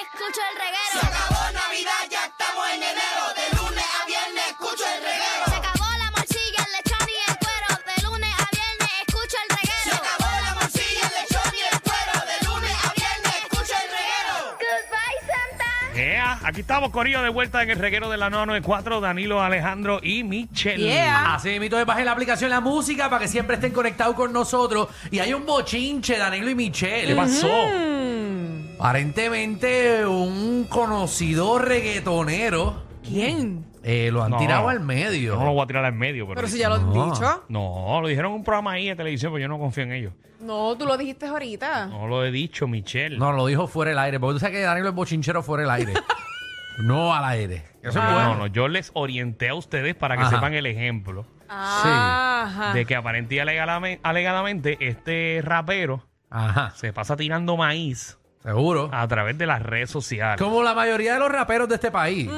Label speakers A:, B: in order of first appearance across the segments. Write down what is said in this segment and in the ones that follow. A: escucho el
B: Se
A: reguero.
B: acabó Navidad, ya estamos en enero. De lunes a viernes escucho el
A: Se
B: reguero.
A: acabó la morcilla, el lechón y el cuero. De lunes a viernes escucho el
B: Se
A: reguero.
B: acabó la morcilla, el lechón y el cuero. De lunes a viernes escucho el reguero.
A: Goodbye, Santa.
C: Yeah, aquí estamos, Corillo, de vuelta en el reguero de la 994, Danilo, Alejandro y Michelle.
D: Así mismo, entonces bajen la aplicación La Música para que siempre estén conectados con nosotros. Y hay un bochinche, Danilo y
C: ¿Qué
D: Michelle.
C: pasó?
D: Aparentemente, un conocido reggaetonero
E: ¿Quién?
D: eh, lo han
C: No.
D: tirado al
C: Yo
D: medio.
C: no lo voy a tirar al medio, pero...
E: Pero si ya lo has dicho.
C: No, lo dijeron en un programa ahí de televisión, pero yo no confío en ellos.
E: No, tú lo dijiste ahorita.
C: No lo he dicho, Michelle.
D: No, lo dijo fuera del aire. Porque tú sabes que Danilo es bochinchero fuera del aire. no al aire. Ah. Eso es
C: no,
D: bueno.
C: no, yo les orienté a ustedes para que
D: Ajá.
C: sepan el ejemplo
E: Ajá.
C: de que aparente y alegadame- alegadamente este rapero
D: Ajá,
C: se pasa tirando maíz
D: seguro.
C: a través de las redes sociales.
D: Como la mayoría de los raperos de este país.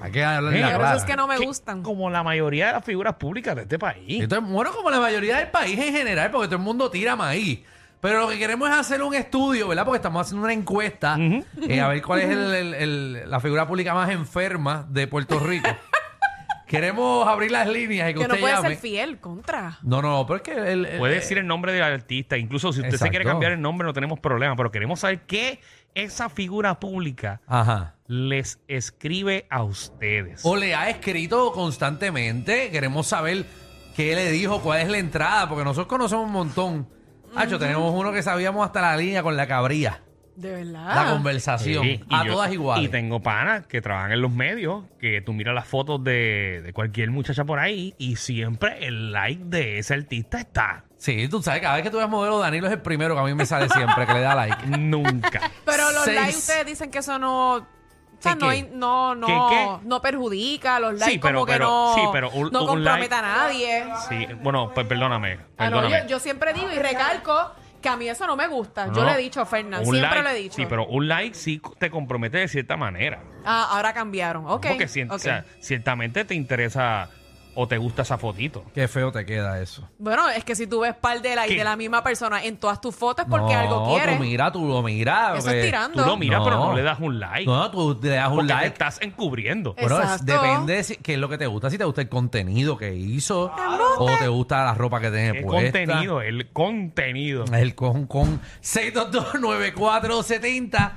D: Hay que hablar
C: Sí,
D: la
C: pero
E: Por eso
D: clara.
E: es que no me gustan.
C: Como la mayoría de las figuras públicas de este país.
D: Esto es bueno como la mayoría del país en general, porque todo el mundo tira maíz. Pero lo que queremos es hacer un estudio, ¿verdad? Porque estamos haciendo una encuesta eh, a ver cuál es el- el- el- la figura pública más enferma de Puerto Rico. queremos abrir las líneas y que,
E: Que no
D: usted
E: puede
D: llame.
E: ser fiel, contra.
D: no, no, pero es que el, el-
C: Puede
D: eh,
C: decir el nombre del artista. Incluso si usted se
D: Exacto.
C: quiere cambiar el nombre, no tenemos problema. Pero queremos saber qué esa figura pública
D: Ajá.
C: les escribe a ustedes.
D: O le ha escrito constantemente. Queremos saber qué le dijo, cuál es la entrada, porque nosotros conocemos un montón. Hacho, tenemos uno que sabíamos hasta la línea con la cabría.
E: De
D: La
E: verdad.
D: conversación.
C: Sí, y
D: a
C: yo-
D: todas iguales.
C: Y tengo panas que trabajan en los medios, que tú miras las fotos de, de cualquier muchacha por ahí y siempre el like de ese artista está.
D: Sí, tú sabes, cada vez que tú ves modelo, Danilo es el primero que a mí me sale siempre, que le da like.
C: Nunca.
E: Pero los
D: Seis.
E: likes ustedes dicen que eso no. O sea,
D: ¿Qué,
E: no,
D: qué?
E: in- no, no,
C: ¿Qué, qué?
E: no perjudica, los
C: Sí,
E: likes
C: pero-
E: como que
C: pero-
E: no,
C: sí, pero un-
E: no
C: un like-
E: compromete a nadie.
C: Sí, bueno, pues perdóname.
E: Ah, no,
C: perdóname.
E: yo, yo siempre digo y recalco que a mí eso no me gusta.
C: No,
E: yo le
C: no.
E: he dicho a Fernan,
C: Un
E: siempre
C: like,
E: lo he dicho.
C: Sí, pero un like sí te compromete de cierta manera.
E: Ah, ahora cambiaron. Ok.
C: Porque cien-
E: ok.
C: o sea, ciertamente te interesa o te gusta esa fotito.
D: Qué feo te queda eso.
E: Bueno, es que si tú ves par de likes
C: ¿Qué?
E: de la misma persona en todas tus fotos es porque
D: no,
E: algo quieres.
D: tú mira, tú lo miras.
E: Eso
D: porque-
E: es tirando.
C: Tú lo miras,
D: No.
C: pero no le das un like.
D: No, tú le das un
C: porque te
D: like.
C: estás encubriendo.
E: Eh,
D: Bueno, es-
E: Exacto.
D: depende si- qué es lo que te gusta, si te gusta el contenido que hizo o te gusta la ropa que tiene
C: El
D: puesta.
C: contenido, el contenido.
D: El con con 6229470.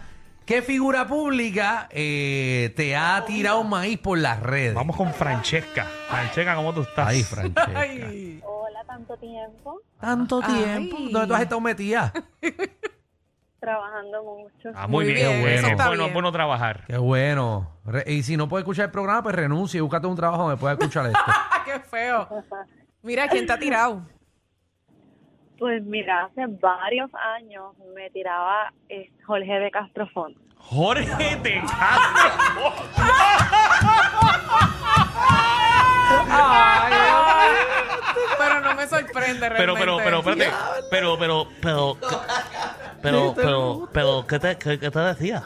D: ¿Qué figura pública eh, te ha tirado maíz por las redes?
C: Vamos con Francesca. Francesca, ¿cómo tú estás?
D: Ay, Francesca.
E: Ay.
F: Hola, tanto tiempo,
D: Tanto
E: Ay.
D: tiempo. ¿Dónde tú has estado metida?
F: trabajando mucho.
C: Ah, muy,
E: Muy
C: bien,
E: bien,
C: qué bueno.
E: eso está
C: bueno,
E: bien.
C: bueno trabajar.
D: Qué bueno. Re- y si no puedes escuchar el programa, pues renuncia y búscate un trabajo donde puedas escuchar esto.
E: Ah, qué feo. Mira quién te ha tirado.
F: Pues mira, hace varios años me tiraba eh, Jorge de Castrofón.
C: Jorge de Castro.
E: Pero no me sorprende
C: pero, pero,
E: realmente.
C: pero, espérate. Pero, pero, pero. Pero, pero, pero, ¿qué te, qué, qué te decía?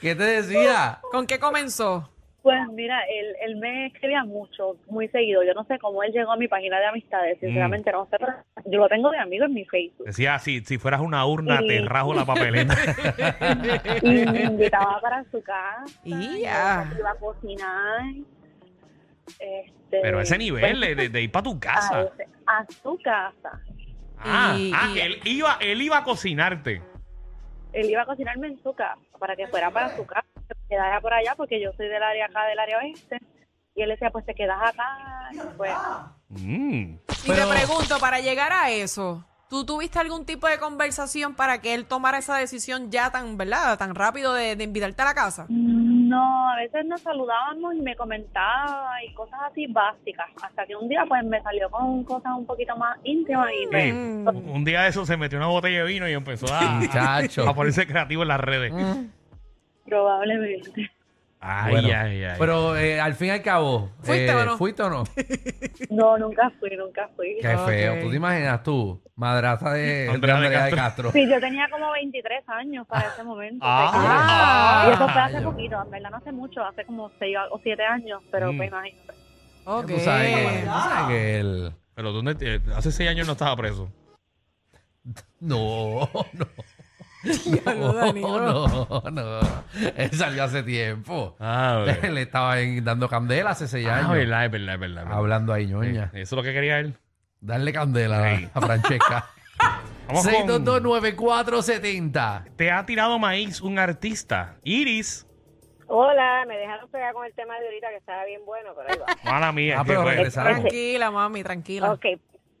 D: ¿Qué te decía?
E: ¿Con qué comenzó?
F: Pues mira, él, él me escribía mucho, muy seguido. Yo no sé cómo él llegó a mi página de
C: Mm.
F: amistades, sinceramente no sé, pero yo lo tengo de amigo en mi Facebook.
C: Decía, si, si fueras una urna,
F: Sí.
C: te rajo la papeleta.
F: Y me invitaba para su casa,
E: Ya.
F: iba a cocinar. Este,
C: Pero a ese nivel,
F: pues,
C: de, de- de ir para tu
F: a,
C: casa.
F: ese- a su casa.
C: Ah,
E: Y-
C: ah,
E: y-
C: él, iba, él iba a cocinarte.
F: Él iba a cocinarme en su casa, para que fuera para su casa, que me quedara por allá, porque yo soy del área acá, del área oeste. Y él decía, pues te quedas acá. y pues,
C: Mm.
E: Y
D: Pero-
E: te pregunto, para llegar a eso, ¿tú tuviste algún tipo de conversación para que él tomara esa decisión ya tan, ¿verdad? Tan rápido de, de invitarte a la casa.
F: No, a veces nos saludábamos y me comentaba y cosas así básicas, hasta que un día pues me salió con cosas un poquito más íntimas y pues,
C: Sí.
G: Mm.
C: Un día de eso se metió una botella de vino y empezó a,
D: Chacho.
E: Ah, pues.
C: a ponerse creativo en las
D: Mm.
C: redes.
F: probablemente.
C: Ay,
D: Bueno,
C: ay, ay.
D: Pero eh, al fin y al cabo,
E: ¿Fuiste
D: eh,
E: o no?
D: ¿Fuiste o no?
F: No, nunca fui, nunca fui.
D: Qué
E: Ok.
D: feo. ¿Tú te imaginas tú, madraza de, de
C: Andrea de
D: Andrea de Castro?
F: Sí, yo tenía como 23 años para ese momento.
C: Ah.
F: y eso fue hace
D: Ah.
F: poquito, en verdad no hace mucho, hace como 6 o 7 años, pero
C: Mm.
F: pues imagínate.
E: Ok.
D: Tú sabes que, tú sabes que el-
C: Pero ¿dónde te- hace seis años no estaba preso.
D: No, no.
E: Diablo, Danilo.
D: no, no. Él salió hace tiempo.
C: Ah,
D: Le estaba en- dando candela hace seis
C: Ah,
D: años.
C: verdad, es verdad, es verdad. es verdad.
D: Hablando ahí,
C: Sí,
D: ñoña.
C: Eso es lo que quería él.
D: Darle candela
C: Sí.
D: a Francesca.
C: Vamos con...
D: 6229470.
C: Te ha tirado maíz un artista. Iris.
G: Hola, me dejaron pegar con el tema de ahorita que estaba bien bueno, pero ahí va.
C: Mala mía.
D: Ah,
C: es que
D: pero
C: fue-
D: regresaron.
E: Tranquila, mami, tranquila.
G: Ok,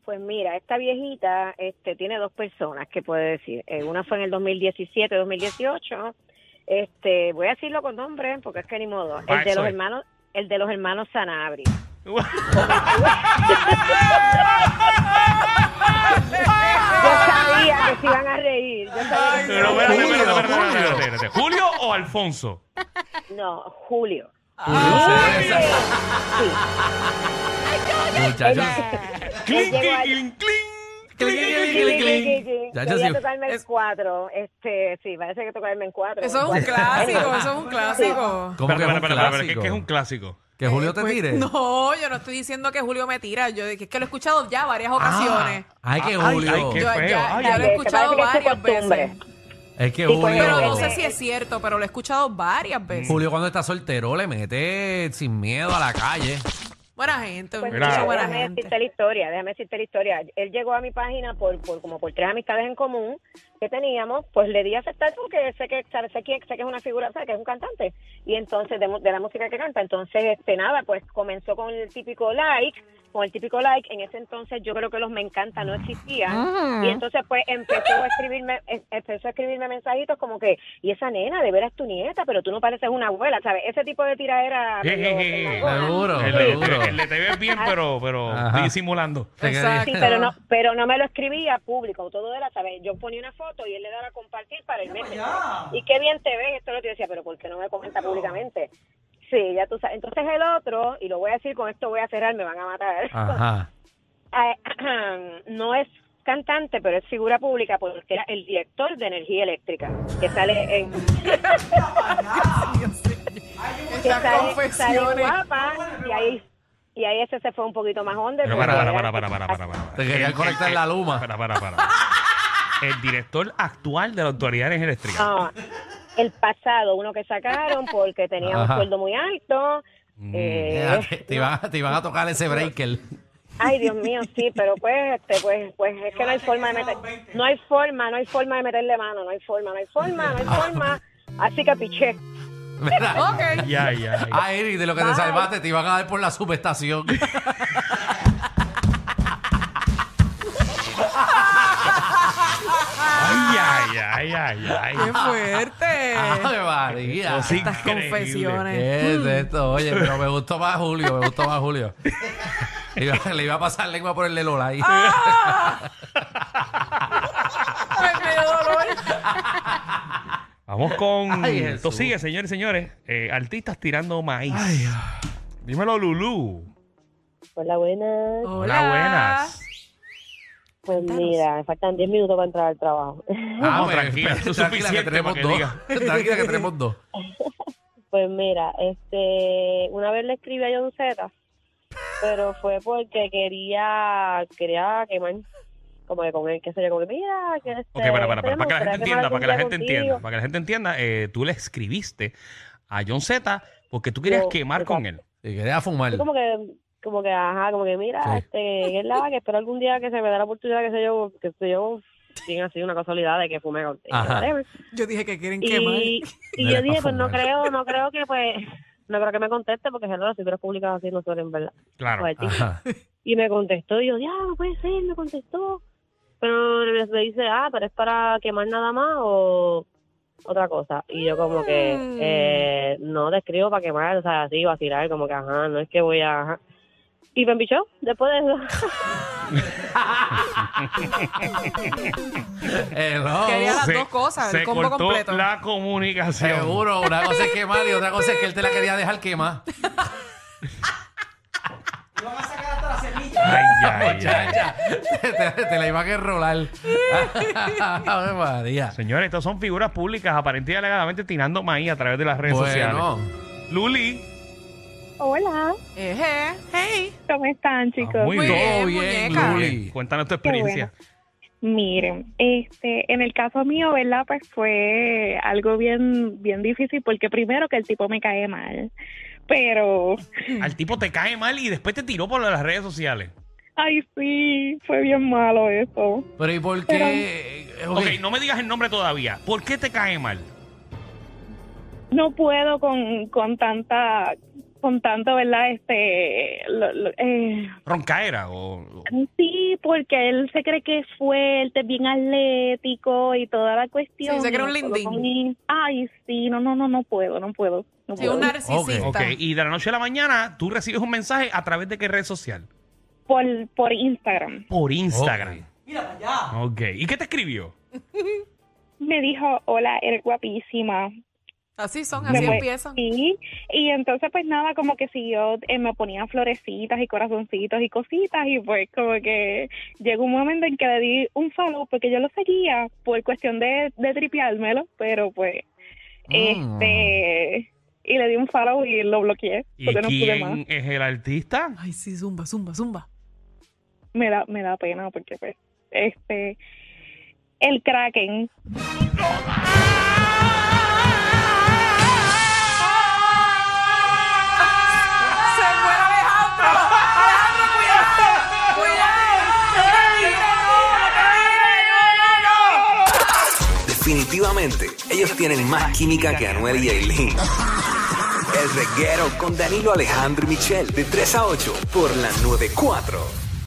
G: pues mira, esta viejita este, tiene dos personas que puede decir. Eh, una fue en el 2017, 2018. Este, voy a decirlo con nombre porque es que ni modo.
C: Ah,
G: El de los
C: soy.
G: hermanos, el de los hermanos Sanabria. Yo sabía que se iban a reír. Yo sabía que se
C: Pero
G: iban a
C: espérate,
G: reír.
C: espérate, espérate, espérate,
D: Julio.
C: espérate, espérate. ¿Julio o Alfonso?
G: No, Julio. Ah, Sí.
D: Muchachos.
C: ¡Clink,
G: llegó a-
C: clink, clink, clink!
D: Clink,
G: Sí,
D: clink,
G: sí,
D: clink,
G: sí, sí,
D: clink.
G: sí.
D: Chacho,
G: Quería
D: sí.
G: tocarme el cuatro. Este, sí, parece que tocarme en cuatro.
E: Eso es un clásico, eso es un clásico.
D: ¿Cómo
C: Espérate,
D: que es
C: espérate, espérate,
D: un
C: espérate, que-
D: clásico?
C: que es un clásico.
D: ¿Que Julio te
E: Pues,
D: tire.
E: No, yo no estoy diciendo que Julio me tira. Yo es que lo he escuchado ya varias ocasiones.
D: Ay, que
C: Ay,
D: Julio.
C: ay, Ah, qué
E: Yo-
C: feo.
E: ya-
C: Ay,
E: ya lo he
C: ay.
E: escuchado
G: Parece que es su
E: varias
G: costumbre.
E: veces.
D: Es que
G: Sí, pues,
D: Julio.
E: Pero no
G: Pero-
E: sé si es cierto, pero lo he escuchado varias veces.
D: Julio cuando está soltero le mete sin miedo a la calle.
E: Buena gente,
G: Pues
C: Mira.
E: mucha
G: mira,
E: buena
G: déjame decirte
E: gente.
G: la historia, déjame decirte la historia. Él llegó a mi página por, por como por tres amistades en común que teníamos, pues le di a aceptar porque sé que sabe, sé, que, sé que es una figura, sé que es un cantante y entonces de, mu- de la música que canta, entonces este nada, pues comenzó con el típico like, con el típico like. En ese entonces yo creo que los me encanta no existían y entonces pues empezó a escribirme, em- empezó a escribirme mensajitos como que y esa nena de veras tu nieta, pero tú no pareces una abuela, ¿sabes? Ese tipo de tiradera.
C: Eh,
G: medio-
C: eh, eh, eh.
G: medio-
D: Seguro,
C: El de,
D: seguro.
C: el de te ves bien, pero, pero
D: Ajá.
C: disimulando.
D: Te
E: Exacto.
G: Sí,
D: quería-
G: pero no, pero no me lo escribía público, todo era, ¿sabes? Yo ponía una foto y él le daba a compartir para el mes. Y qué bien te ves, esto lo que yo decía, pero ¿por qué no me comenta públicamente? Sí, ya tú sabes. Entonces el otro, y lo voy a decir, con esto voy a cerrar, me van a matar.
C: Ah.
D: Ajá.
G: Eh, no es cantante, pero es figura pública porque era el director de energía eléctrica, que sale en... que sale, sale en guapa, y ahí... Y ahí ese se fue un poquito más hondo.
C: Pero para, para, para, para, para, para, para.
D: Te querían
C: El-
D: conectar
C: el-
D: la luma.
C: Para, para, para. El director actual de la Autoridad de Energía Eléctrica.
G: Ah, el pasado, uno que sacaron porque tenía
D: Ajá.
G: un sueldo muy alto. eh,
D: Mira, te, te iban a, te iban a tocar ese breaker.
G: ay, Dios mío, sí, pero pues, este, pues, pues es que no hay forma de meter, no hay forma, no hay forma de meterle mano, no hay forma, no hay forma, no hay forma. Así que piché.
D: Mira.
E: Ok.
C: Ya, ya, ya.
D: Ah, Eri, de lo que te salvaste te iban a dar por la subestación.
C: Ay, ay, ay, ay, ay.
E: Qué fuerte.
D: Ay, María.
C: Eso sí,
E: Estas
C: increíble. Ah.
E: confesiones.
D: ¿Qué es esto? Oye, pero me gustó más Julio, me gustó más Julio. Iba- le iba a pasar lengua por el de Lola ahí. Ah,
E: Ay, Pues me dio dolor.
C: Vamos con.
D: Ay, Jesús.
C: Esto sigue, señores y señores. Eh, artistas tirando maíz. Dímelo, Lulú.
G: Hola, buena.
E: Hola,
C: buenas.
G: Pues mira, me faltan 10 minutos para entrar al trabajo.
C: Vamos,
D: me-
C: tranquila, esto es
D: pues, que
C: suficiente
D: tenemos
C: para que
D: dos.
C: diga.
D: Tranquila que tenemos dos.
G: Pues mira, este, una vez le escribí a John Z, pero fue porque quería, quería quemar, como que con él, qué sé yo, como que mira, que este,
C: Ok, para, para, para,
G: este,
C: para que la
G: me
C: gente entienda, para que la gente entienda,
G: gustaría
C: para que la gente entienda, eh, tú le escribiste a John Z porque tú querías
G: Yo,
C: quemar con él.
D: Y quería fumar.
G: contigo. Como que, como que, ajá, como que mira,
D: Sí.
G: este, es la que espero algún día que se me dé la oportunidad, que sé yo, que sé yo, bien así, una casualidad de que fume contigo.
D: Ajá.
G: whatever.
E: Yo dije que quieren quemar.
G: Y, y
D: Mira,
G: yo dije,
D: pa'
G: pues no
D: fumar.
G: creo, no creo que pues, no creo que me conteste, porque hello, las figuras públicas así no suelen, ¿verdad?
C: Claro.
G: Fuerte.
D: Ajá.
G: Y me contestó, y yo, ya, no puede ser, me contestó. Pero me dice, ah, pero es para quemar nada más, o,
H: otra cosa. Y yo como que eh, no te escribo para quemar, o sea, así vacilar, como que ajá, no es que voy a... ajá. Y me embichó después de eso.
D: Hello.
E: Quería las
C: Se-
E: dos cosas,
C: se
E: el combo
C: cortó
E: completo.
C: la comunicación.
D: Seguro, una cosa es quemar y otra cosa es que él te la quería dejar quemar.
C: Ay, ay, ay.
D: Muchacha, te, te- te la iba a que rolar. Ave María.
C: Señores, estos son figuras públicas aparentemente alegadamente tirando maíz a través de las redes sociales.
D: Bueno,
C: Luli,
G: Hola,
E: Eje, hey.
G: ¿cómo están, chicos?
C: muy
E: Muy
C: bien.
D: todo
E: bien,
D: bien,
E: muñeca.
D: Luli.
C: Cuéntanos tu experiencia.
G: Miren, este, en el caso mío, ¿verdad? Pues fue algo bien, bien difícil porque primero que el tipo me cae mal, pero,
C: Al tipo te cae mal y después te tiró por lo de las redes sociales.
G: ay sí, fue bien malo eso.
D: Pero ¿y por qué? Eh, ok.
C: ok, no me digas el nombre todavía. ¿Por qué te cae mal?
G: No puedo con, con tanta, con tanto, ¿verdad? Este, lo- lo- eh,
C: ¿Roncaera? O, o-
G: sí, porque él se cree que es fuerte, es bien atlético y toda la cuestión.
E: Sí, se cree
G: Y
E: un
G: no puedo
E: lindín.
G: con él. Ay, sí, no, no, no, no puedo, no puedo. No
E: Sí,
G: puedo.
E: un narcisista.
C: ok, y de la noche a la mañana tú recibes un mensaje a través de qué red social?
G: Por, por Instagram.
C: Por Instagram. Ok, ¿y qué te escribió?
G: me dijo, hola, eres guapísima.
E: Así son,
G: Me
E: así
G: fue-
E: empiezan.
G: Sí, y entonces pues nada, como que siguió, eh, me ponía florecitas y corazoncitos y cositas y pues como que llegó un momento en que le di un follow porque yo lo seguía por cuestión de, de tripeármelo, pero pues
C: Ah.
D: Mm.
G: este... Y le di un follow y lo bloqueé
C: ¿Y
G: porque no pude
C: quién
G: más.
C: es el artista?
E: Ay, sí, zumba, zumba, zumba.
G: Me da, me da pena porque pues este... El Kraken.
E: ¡Se fue Alejandro! ¡Alejandro, cuidado! ¡Cuidado!
I: Definitivamente, ellos tienen más química que Anuel y Aileen. El reguero con Danilo Alejandro y Michel, de 3 a 8, por la 94.